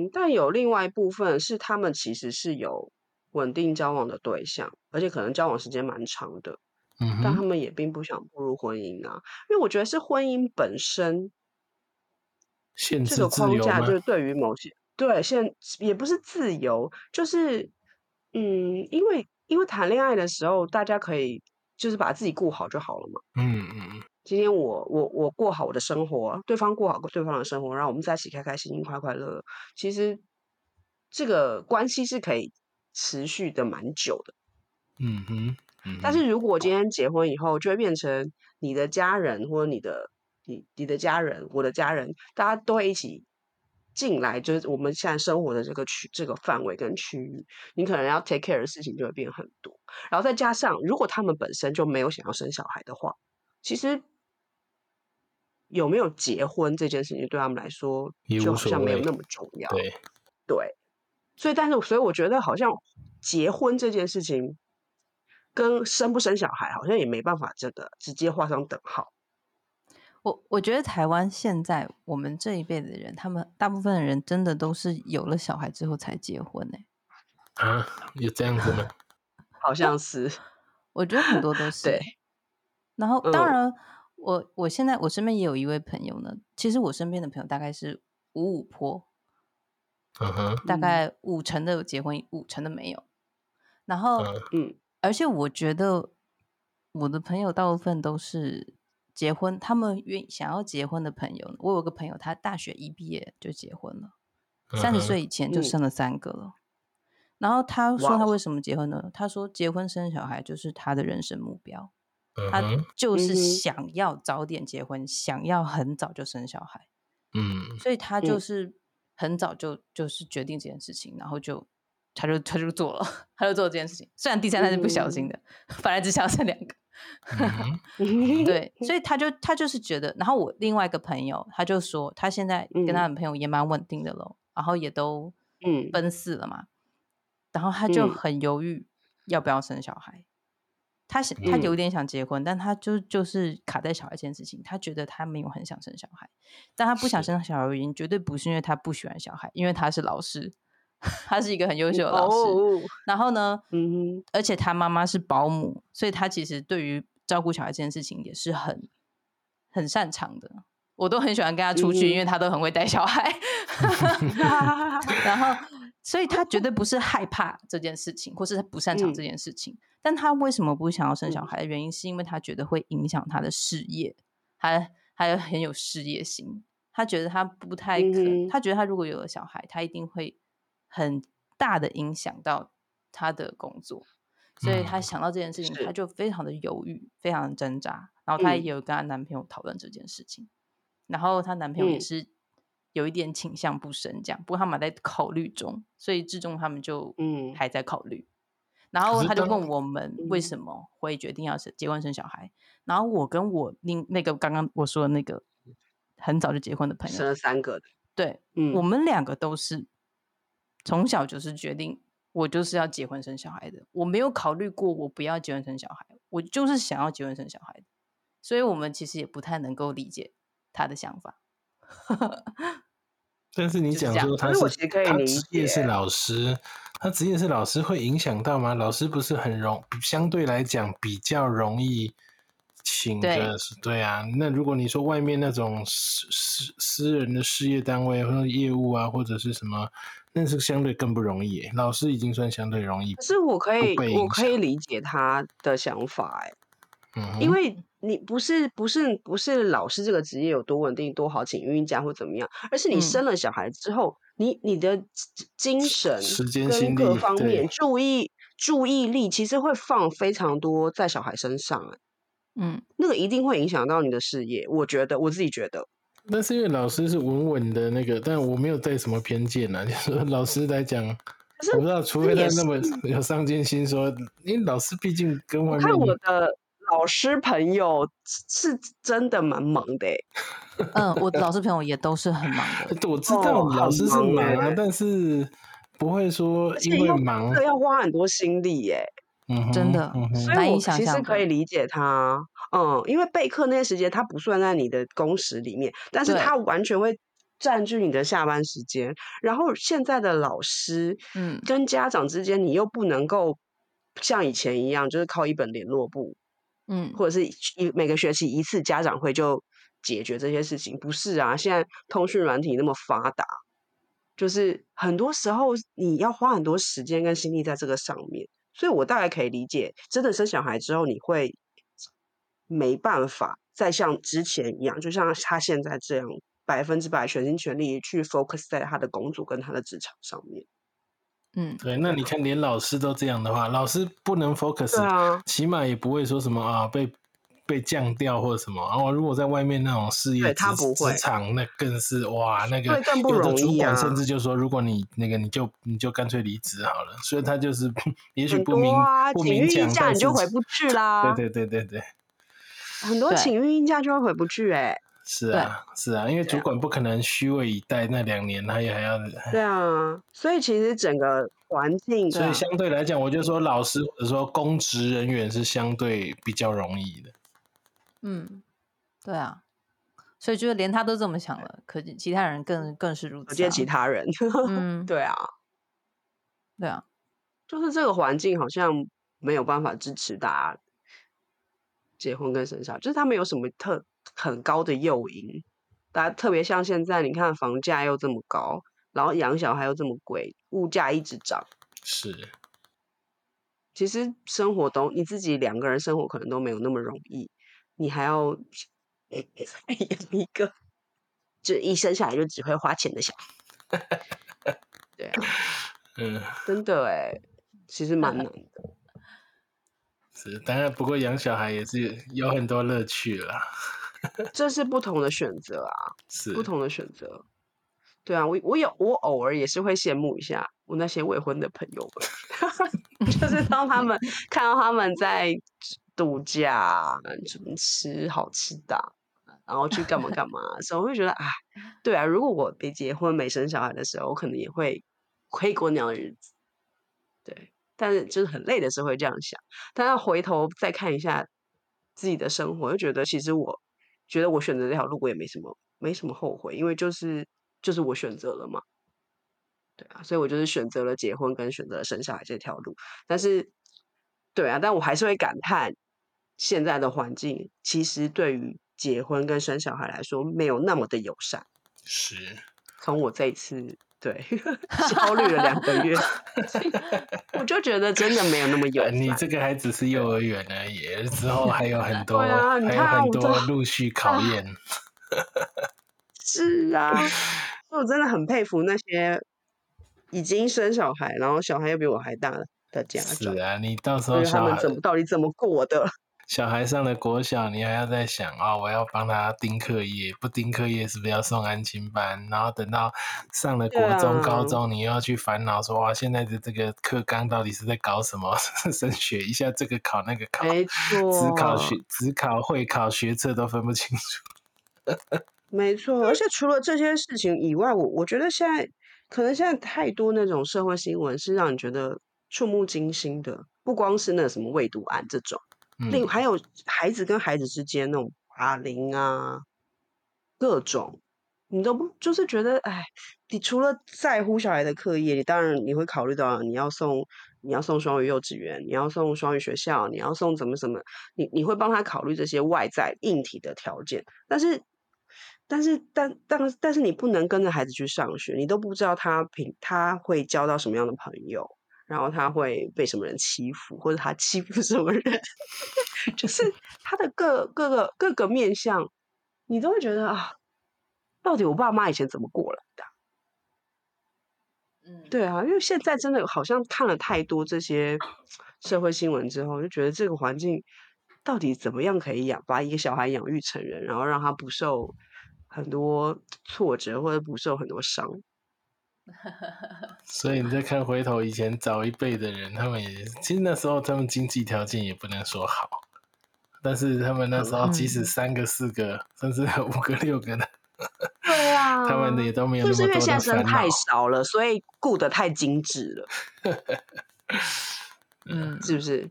[SPEAKER 1] 嗯，但有另外一部分是他们其实是有稳定交往的对象，而且可能交往时间蛮长的。
[SPEAKER 3] 嗯
[SPEAKER 1] 但他
[SPEAKER 3] 哼，
[SPEAKER 1] 们也并不想步入婚姻啊，因为我觉得是婚姻本身
[SPEAKER 3] 限
[SPEAKER 1] 这
[SPEAKER 3] 制
[SPEAKER 1] 个
[SPEAKER 3] 自
[SPEAKER 1] 框
[SPEAKER 3] 由
[SPEAKER 1] 架，
[SPEAKER 3] 吗
[SPEAKER 1] 就？是对于某些对现也不是自由，就是嗯，因为因为谈恋爱的时候，大家可以就是把自己顾好就好了嘛。
[SPEAKER 3] 嗯嗯
[SPEAKER 1] 今天我我我过好我的生活，对方过好对方的生活，让我们在一起开开心心、快快乐乐。其实这个关系是可以持续的蛮久的。
[SPEAKER 3] 嗯哼，嗯
[SPEAKER 1] 但
[SPEAKER 3] 哼
[SPEAKER 1] 是如果今天结婚以后，就会变成你的家人或者你的你你的家人，我的家人，大家都会一起进来，就是我们现在生活的这个区这个范围跟区域，你可能要 take care 的事情就会变很多。然后再加上，如果他们本身就没有想要生小孩的话，其实。有没有结婚这件事情对他们来说
[SPEAKER 3] 也，
[SPEAKER 1] 就
[SPEAKER 3] 无
[SPEAKER 1] 好
[SPEAKER 3] 所
[SPEAKER 1] 像没有
[SPEAKER 3] 谓
[SPEAKER 1] 那么重要。
[SPEAKER 3] 对，
[SPEAKER 1] 对，所以但是所以我觉得好像结婚这件事情跟生不生小孩好像也没办法这个直接画上等号。
[SPEAKER 2] 我我觉得台湾现在我们这一辈的人，他们大部分的人真的都是有了小孩之后才结婚呢、
[SPEAKER 3] 啊，有这样子吗？
[SPEAKER 1] 好像是
[SPEAKER 2] 我觉得很多都是
[SPEAKER 1] 对
[SPEAKER 2] 欸，然后当
[SPEAKER 1] 嗯
[SPEAKER 2] 然，我我现在我身边也有一位朋友呢，其实我身边的朋友大概是五五坡，
[SPEAKER 3] 嗯哼，
[SPEAKER 2] 大
[SPEAKER 1] 嗯
[SPEAKER 2] 概五成的有结婚，五成的没有。然后，
[SPEAKER 1] 嗯，
[SPEAKER 2] 而且我觉得我的朋友大部分都是结婚，他们愿想要结婚的朋友。我有个朋友，他大学一毕业就结婚了，三
[SPEAKER 3] 嗯
[SPEAKER 2] 十
[SPEAKER 3] 哼
[SPEAKER 2] 岁以前就
[SPEAKER 1] 嗯
[SPEAKER 2] 生了三个了。然后他说
[SPEAKER 1] 哇
[SPEAKER 2] 他
[SPEAKER 1] 哦
[SPEAKER 2] 为什么结婚呢？他说结婚生小孩就是他的人生目标。
[SPEAKER 3] 嗯
[SPEAKER 2] 他
[SPEAKER 3] 哼，
[SPEAKER 2] 就是
[SPEAKER 1] 嗯哼
[SPEAKER 2] 想要早点结婚，想要很早就生小孩，
[SPEAKER 3] 嗯
[SPEAKER 2] 所以他就
[SPEAKER 1] 嗯
[SPEAKER 2] 是很早就就是决定这件事情，然后就他就他就做了，他就做了这件事情。虽然第三胎是不小心的，
[SPEAKER 1] 嗯
[SPEAKER 2] 本来只想生两 个，
[SPEAKER 3] 嗯哼，
[SPEAKER 2] 对，
[SPEAKER 1] 嗯
[SPEAKER 2] 所以他就他就是觉得，然后我另外一个朋友他就说，他现在跟他的朋友也蛮稳定的咯，然后也都
[SPEAKER 1] 嗯
[SPEAKER 2] 奔四了嘛，然后他就
[SPEAKER 1] 嗯
[SPEAKER 2] 很犹豫要不要生小孩，他想他
[SPEAKER 1] 嗯
[SPEAKER 2] 有点想结婚，但他就就是卡在小孩这件事情，他觉得他没有很想生小孩，但他不想
[SPEAKER 3] 是
[SPEAKER 2] 生小孩的原因绝对不是因为他不喜欢小孩，因为他是老师， 他是一个很优秀的老师，
[SPEAKER 1] 哦，
[SPEAKER 2] 然后呢，
[SPEAKER 1] 嗯哼
[SPEAKER 2] 而且他妈妈是保姆，所以他其实对于照顾小孩这件事情也是很很擅长的。我都很喜欢跟他出去，
[SPEAKER 1] 嗯
[SPEAKER 2] 因为他都很会带小孩。然后，所以他绝对不是害怕这件事情，或是他不擅长这件事情。但他为什么不想要生小
[SPEAKER 1] 嗯
[SPEAKER 2] 孩的原因，是因为他觉得会影响他的事业，还还很有事业心。他觉得他不太可，
[SPEAKER 1] 嗯哼
[SPEAKER 2] 他觉得他如果有了小孩，他一定会很大的影响到他的工作，所以他
[SPEAKER 3] 嗯
[SPEAKER 2] 想到这件事情，
[SPEAKER 1] 是
[SPEAKER 2] 他就非常的犹豫，非常地挣扎。然后她也
[SPEAKER 1] 嗯
[SPEAKER 2] 有跟她男朋友讨论这件事情，然后她男朋友也
[SPEAKER 1] 嗯
[SPEAKER 2] 是有一点倾向不生这样，不过他们还在考虑中，所以至终他们就
[SPEAKER 1] 嗯
[SPEAKER 2] 还在考虑。然
[SPEAKER 3] 可
[SPEAKER 2] 后
[SPEAKER 3] 是
[SPEAKER 2] 他就
[SPEAKER 3] 当
[SPEAKER 2] 问我们为
[SPEAKER 1] 嗯
[SPEAKER 2] 什么会决定要生结婚生小孩，然后我跟我另那个刚刚我说的那个很早就结婚的朋友
[SPEAKER 1] 生，了三个的，
[SPEAKER 2] 对
[SPEAKER 1] 啊嗯，
[SPEAKER 2] 我们两个都是从小就是决定，我就是要结婚生小孩的。我没有考虑过我不要结婚生小孩，我就是想要结婚生小孩的。所以我们其实也不太能够理解他的想法。
[SPEAKER 3] 但是你
[SPEAKER 2] 就是
[SPEAKER 3] 讲
[SPEAKER 2] 这样
[SPEAKER 3] 说他
[SPEAKER 1] 可是我其实可以
[SPEAKER 3] 他
[SPEAKER 1] 理
[SPEAKER 3] 职业是
[SPEAKER 1] 解
[SPEAKER 3] 老师，他职业是老师会影响到吗？老师不是很容，相对来讲比较容易请
[SPEAKER 2] 对
[SPEAKER 3] 个是，对啊。那如果你说外面那种私私私人的事业单位或者业务啊，或者是什么，那是相对更不容易耶。老师已经算相对容易
[SPEAKER 1] 可，是我可
[SPEAKER 3] 不
[SPEAKER 1] 以
[SPEAKER 3] 被
[SPEAKER 1] 我
[SPEAKER 3] 影
[SPEAKER 1] 可以理解他的想法、欸，
[SPEAKER 3] 嗯哼，
[SPEAKER 1] 因为你不是不是不是老师这个职业有多稳定、多好请孕假或怎么样，而是你
[SPEAKER 2] 嗯
[SPEAKER 1] 生了小孩之后，你你的精精神
[SPEAKER 3] 时间
[SPEAKER 1] 跟
[SPEAKER 3] 心
[SPEAKER 1] 各
[SPEAKER 3] 力
[SPEAKER 1] 方
[SPEAKER 3] 对
[SPEAKER 1] 面注意注意力，其实会放非常多在小孩身上、欸，
[SPEAKER 2] 嗯，
[SPEAKER 1] 那个一定会影响到你的事业。我觉得我自己觉得，
[SPEAKER 3] 但是因为老师是稳稳的那个，但我没有带什么偏见啊， 就是说老师来讲，
[SPEAKER 1] 是
[SPEAKER 3] 我不知道，除非
[SPEAKER 1] 也
[SPEAKER 3] 他
[SPEAKER 1] 是
[SPEAKER 3] 那么有上进心说，因为老师毕竟跟
[SPEAKER 1] 我
[SPEAKER 3] 外面
[SPEAKER 1] 看我的老师朋友是真的蛮忙的、欸，
[SPEAKER 2] 嗯，我的老师 朋友也都是很忙的。
[SPEAKER 3] 我知道
[SPEAKER 1] 哦
[SPEAKER 3] 老师是忙
[SPEAKER 1] 很忙
[SPEAKER 3] 啊，
[SPEAKER 1] 欸
[SPEAKER 3] 但是不会说
[SPEAKER 1] 而且
[SPEAKER 3] 因为
[SPEAKER 1] 要
[SPEAKER 3] 忙
[SPEAKER 1] 这，个要花很多心力、欸，
[SPEAKER 3] 嗯哼，
[SPEAKER 2] 真的
[SPEAKER 3] 嗯
[SPEAKER 1] 所
[SPEAKER 3] 哼，
[SPEAKER 1] 以
[SPEAKER 2] 难以
[SPEAKER 1] 我
[SPEAKER 2] 想
[SPEAKER 1] 其实
[SPEAKER 2] 象
[SPEAKER 1] 可
[SPEAKER 2] 的
[SPEAKER 1] 以理解他，嗯，因为备课那些时间它不算在你的工时里面，但是
[SPEAKER 2] 对
[SPEAKER 1] 它完全会占据你的下班时间。然后现在的老师
[SPEAKER 2] 嗯，
[SPEAKER 1] 跟家长之间，你又不能够像以前一样，就是靠一本联络簿，
[SPEAKER 2] 嗯，
[SPEAKER 1] 或者是一每个学期一次家长会就解决这些事情，不是啊？现在通讯软体那么发达，就是很多时候你要花很多时间跟心力在这个上面，所以我大概可以理解，真的生小孩之后你会没办法再像之前一样，就像他现在这样百分之百全心全力去 focus 在他的工作跟他的职场上面。
[SPEAKER 2] 嗯，
[SPEAKER 3] 对，那你看连老师都这样的话，老师不能 focus，、
[SPEAKER 1] 对啊，
[SPEAKER 3] 起码也不会说什么啊被被降调或者什么啊。我如果在外面那种事业
[SPEAKER 1] 对
[SPEAKER 3] 职
[SPEAKER 1] 他不会
[SPEAKER 3] 职场，那更是哇，那个
[SPEAKER 1] 对更不
[SPEAKER 3] 有的
[SPEAKER 1] 容
[SPEAKER 3] 主
[SPEAKER 1] 易
[SPEAKER 3] 管
[SPEAKER 1] 啊
[SPEAKER 3] 甚至就说，如果你那个你就你就干脆离职好了。所以他就是 也许
[SPEAKER 1] 很
[SPEAKER 3] 不
[SPEAKER 1] 多
[SPEAKER 3] 明、
[SPEAKER 1] 啊，
[SPEAKER 3] 不
[SPEAKER 1] 请孕
[SPEAKER 3] 明
[SPEAKER 1] 假
[SPEAKER 3] 讲，但
[SPEAKER 1] 你
[SPEAKER 3] 是
[SPEAKER 1] 就回不去啦，
[SPEAKER 3] 对对对对对，
[SPEAKER 1] 很多
[SPEAKER 2] 对
[SPEAKER 1] 请孕假就会回不去哎、
[SPEAKER 3] 是啊是啊，因为主管不可能虚位以待那两年，他也还要
[SPEAKER 1] 对啊，所以其实整个环境，
[SPEAKER 2] 对
[SPEAKER 3] 所以
[SPEAKER 2] 啊
[SPEAKER 3] 相对来讲，我就说老师或者说公职人员是相对比较容易的。
[SPEAKER 2] 嗯，对啊，所以就是连他都这么想了，可是其他人更更是如
[SPEAKER 1] 可
[SPEAKER 2] 此、啊
[SPEAKER 1] 见。其他人，
[SPEAKER 2] 嗯，
[SPEAKER 1] 对啊，
[SPEAKER 2] 对啊，
[SPEAKER 1] 就是这个环境好像没有办法支持大家结婚跟生小孩，就是他们有什么特很高的诱因，大家特别像现在你看房价又这么高，然后养小孩又这么贵，物价一直涨，
[SPEAKER 3] 是
[SPEAKER 1] 其实生活都你自己两个人生活可能都没有那么容易，你还要 再养一个，就一生下来就只会花钱的小孩。对啊，
[SPEAKER 3] 嗯
[SPEAKER 1] 真的哎，其实蛮难的。
[SPEAKER 3] 是，当然不过养小孩也是有很多乐趣啦，
[SPEAKER 1] 这是不同的选择啊，
[SPEAKER 3] 是
[SPEAKER 1] 不同的选择。对啊，我我有我偶尔也是会羡慕一下我那些未婚的朋友们， 就是当他们看到他们在度假，什么吃好吃的啊，然后去干嘛干嘛的时候，我会觉得哎，对啊，如果我没结婚没生小孩的时候，我可能也会可以过那样的日子。对，但是就是很累的时候会这样想。但是回头再看一下自己的生活，就觉得其实我觉得我选择这条路，我也没什么没什么后悔，因为就是就是我选择了嘛，对啊，所以我就是选择了结婚跟选择了生小孩这条路，但是对啊，但我还是会感叹现在的环境其实对于结婚跟生小孩来说没有那么的友善。
[SPEAKER 3] 是，
[SPEAKER 1] 从我这一次对 焦虑了两个月，我就觉得真的没有那么友
[SPEAKER 3] 呃
[SPEAKER 1] 善。
[SPEAKER 3] 你这个还只是幼儿园而已，之后还 有很多，
[SPEAKER 1] 啊你
[SPEAKER 3] 还有
[SPEAKER 1] 看
[SPEAKER 3] 很
[SPEAKER 1] 我
[SPEAKER 3] 多
[SPEAKER 1] 都啊
[SPEAKER 3] 陆续考验。
[SPEAKER 1] 是啊，所以我真的很佩服那些已经生小孩，然后小孩又比我还大的的家
[SPEAKER 3] 是
[SPEAKER 1] 长，
[SPEAKER 3] 啊，你到时
[SPEAKER 1] 就
[SPEAKER 3] 候
[SPEAKER 1] 是他
[SPEAKER 3] 小
[SPEAKER 1] 们
[SPEAKER 3] 孩
[SPEAKER 1] 怎么到底怎么过的？
[SPEAKER 3] 小孩上了国小，你还要在想啊、我要帮他盯课业，不盯课业是不是要送安亲班？然后等到上了国中、
[SPEAKER 1] 对啊
[SPEAKER 3] 高中，你又要去烦恼说哇，现在的这个课纲到底是在搞什么？ 升学一下这个考那个考，
[SPEAKER 1] 没
[SPEAKER 3] 只考
[SPEAKER 1] 错，
[SPEAKER 3] 学只考会考学测都分不清楚。
[SPEAKER 1] 没错。而且除了这些事情以外，我我觉得现在可能现在太多那种社会新闻是让你觉得触目惊心的，不光是那什么未读案这种。另
[SPEAKER 3] 嗯，
[SPEAKER 1] 还有孩子跟孩子之间那种霸凌啊，各种，你都不就是觉得，哎，你除了在乎小孩的课业，你当然你会考虑到你要送你要送双语幼稚园，你要送双语学校，你要送怎么怎么，你你会帮他考虑这些外在硬体的条件，但是。但是，但但但是你不能跟着孩子去上学，你都不知道他平他会交到什么样的朋友，然后他会被什么人欺负，或者他欺负什么人，就是他的各各个各个面相，你都会觉得啊，到底我爸妈以前怎么过来的啊？
[SPEAKER 2] 嗯，
[SPEAKER 1] 对啊，因为现在真的好像看了太多这些社会新闻之后，就觉得这个环境到底怎么样可以养把一个小孩养育成人，然后让他不受很多挫折或者不受很多伤。
[SPEAKER 3] 所以你再看回头以前早一辈的人，他们也其实那时候他们经济条件也不能说好，但是他们那时候
[SPEAKER 2] 嗯
[SPEAKER 3] 即使三个、四个，甚至 五个、六个的。
[SPEAKER 1] 对啊
[SPEAKER 3] 他们也都没有
[SPEAKER 1] 就
[SPEAKER 3] 那
[SPEAKER 1] 是
[SPEAKER 3] 么
[SPEAKER 1] 因为
[SPEAKER 3] 多
[SPEAKER 1] 现在
[SPEAKER 3] 的
[SPEAKER 1] 生
[SPEAKER 3] 烦
[SPEAKER 1] 太
[SPEAKER 3] 恼。
[SPEAKER 1] 少了，所以顾得太精致了，
[SPEAKER 2] 嗯，
[SPEAKER 1] 是不是？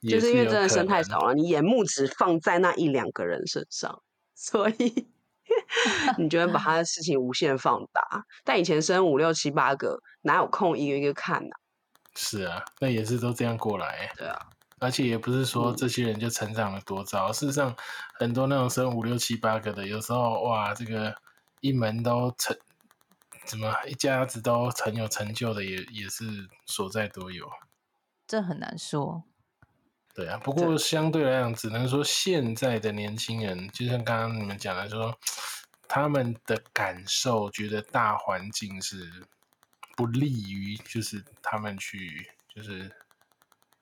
[SPEAKER 3] 也
[SPEAKER 1] 就是因为
[SPEAKER 3] 有
[SPEAKER 1] 真的
[SPEAKER 3] 可
[SPEAKER 1] 生态
[SPEAKER 3] 能啊
[SPEAKER 1] 少了，你眼目只放在那一两个人身上，所以 你就会把他的事情无限放大。但以前生五六七八个，哪有空一个一个看呢、
[SPEAKER 3] 是啊，那也是都这样过来。欸
[SPEAKER 1] 对啊，
[SPEAKER 3] 而且也不是说
[SPEAKER 1] 嗯
[SPEAKER 3] 这些人就成长了多糟，事实上很多那种生五六七八个的，有时候哇，这个一门都成，怎么一家子都很有成就的也，也是所在多有。
[SPEAKER 2] 这很难说。
[SPEAKER 3] 对啊，不
[SPEAKER 1] 对
[SPEAKER 3] 过相对来讲，只能说现在的年轻人，就像刚刚你们讲的就说，他们的感受觉得大环境是不利于，就是他们去，就是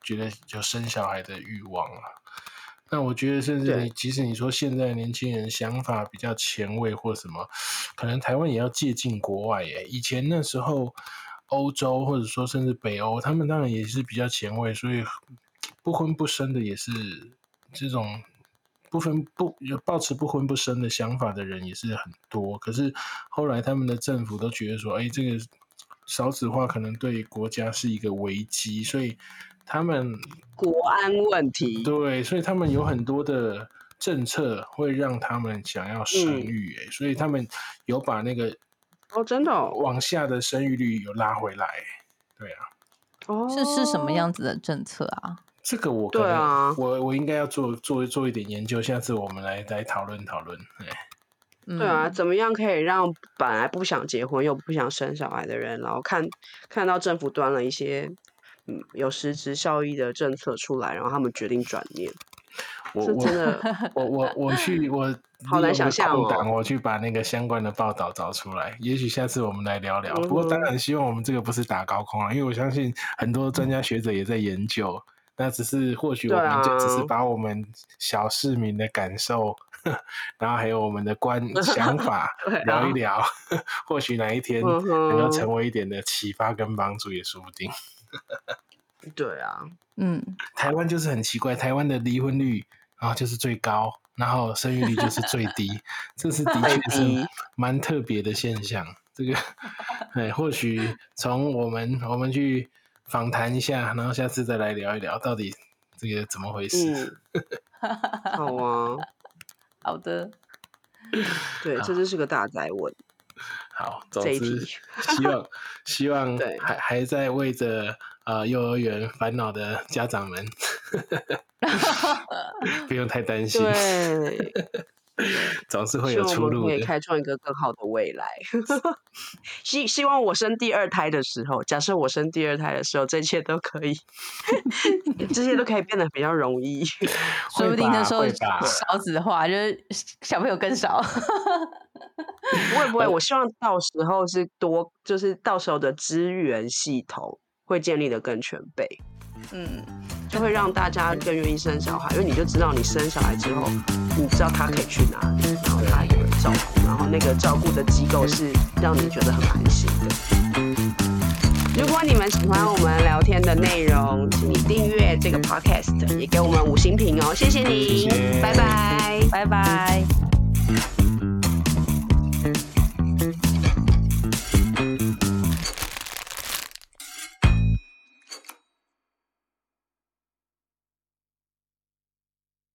[SPEAKER 3] 觉得有生小孩的欲望啊。那我觉得，甚至
[SPEAKER 1] 对
[SPEAKER 3] 你，即使你说现在年轻人想法比较前卫或什么，可能台湾也要借鉴国外耶。以前那时候，欧洲或者说甚至北欧，他们当然也是比较前卫，所以不婚不生的也是这种不分不有抱持不婚不生的想法的人也是很多。可是后来他们的政府都觉得说，哎，这个少子化可能对国家是一个危机，所以他们
[SPEAKER 1] 国安问题，
[SPEAKER 3] 对，所以他们有很多的政策会让他们想要生
[SPEAKER 1] 嗯
[SPEAKER 3] 育、欸，所以他们有把那个
[SPEAKER 1] 哦，真的哦，
[SPEAKER 3] 往下的生育率有拉回来欸、对啊，
[SPEAKER 1] 哦
[SPEAKER 2] 是是什么样子的政策啊？
[SPEAKER 3] 这个我可
[SPEAKER 1] 对
[SPEAKER 3] 能
[SPEAKER 1] 啊
[SPEAKER 3] 我我应该要做做做一点研究，下次我们来来讨论讨论。哎
[SPEAKER 1] 对
[SPEAKER 2] 对
[SPEAKER 1] 啊，怎么样可以让本来不想结婚又不想生小孩的人，然后看看到政府端了一些嗯有实质效益的政策出来，然后他们决定转念，
[SPEAKER 3] 我
[SPEAKER 1] 是
[SPEAKER 3] 我
[SPEAKER 1] 真的
[SPEAKER 3] 我我我去我
[SPEAKER 1] 好难
[SPEAKER 3] 利用
[SPEAKER 1] 想
[SPEAKER 3] 个
[SPEAKER 1] 象
[SPEAKER 3] 空
[SPEAKER 1] 哦
[SPEAKER 3] 档我去把那个相关的报道找出来，也许下次我们来聊聊。不过当
[SPEAKER 1] 嗯哼
[SPEAKER 3] 然希望我们这个不是打高空啊，因为我相信很多专家学者也在研究，那只是或许我
[SPEAKER 1] 对
[SPEAKER 3] 们就只是
[SPEAKER 1] 啊
[SPEAKER 3] 把我们小市民的感受， 然后还有我们 的观想法
[SPEAKER 1] 对啊
[SPEAKER 3] 聊一聊， 或许哪一天
[SPEAKER 1] 嗯
[SPEAKER 3] 能够
[SPEAKER 1] 哼
[SPEAKER 3] 成为一点的启发跟帮助也说不定。
[SPEAKER 1] 对啊，
[SPEAKER 2] 嗯，
[SPEAKER 3] 台湾就是很奇怪，台湾的离婚率然后就是最高，然后生育率就是最低，这是的确是
[SPEAKER 1] 低
[SPEAKER 3] 蛮特别的现象。这 个，哎，或许从我们我们去访谈一下，然后下次再来聊一聊，到底这个怎么回事？
[SPEAKER 1] 嗯，好啊，
[SPEAKER 2] 好的，
[SPEAKER 1] 对，这就是个大宅问，
[SPEAKER 3] 好，啊总
[SPEAKER 1] 这一
[SPEAKER 3] 之
[SPEAKER 1] 题
[SPEAKER 3] 希望希望
[SPEAKER 1] 对
[SPEAKER 3] 还还在为着呃幼儿园烦恼的家 长们，不用太担心，
[SPEAKER 1] 对，
[SPEAKER 3] 总是会
[SPEAKER 1] 希
[SPEAKER 3] 有
[SPEAKER 1] 望
[SPEAKER 3] 出
[SPEAKER 1] 我们
[SPEAKER 3] 路
[SPEAKER 1] 可
[SPEAKER 3] 的
[SPEAKER 1] 以。开创一个更好的未来。 希希望我生第二胎的时候，假设我生第二胎的时候，这一切都可以， 这些都可以变得比较容易。
[SPEAKER 2] 说不定那
[SPEAKER 3] 吧
[SPEAKER 2] 时候
[SPEAKER 3] 会吧
[SPEAKER 2] 少子化，就是小朋友 更少。
[SPEAKER 1] 不会不会，我希望到时候是多，就是到时候的资源系统会建立的更全备，
[SPEAKER 2] 嗯，
[SPEAKER 1] 就会让大家更愿意生小孩，因为你就知道你生小孩之后，你知道他可以去哪里，然后他有人照顾，然后那个照顾的机构是让你觉得很安心的。如果你们喜欢我们聊天的内容，请你订阅这个 podcast，也给我们五星评哦，谢谢你，
[SPEAKER 3] 谢谢
[SPEAKER 1] 拜拜。
[SPEAKER 2] 拜拜。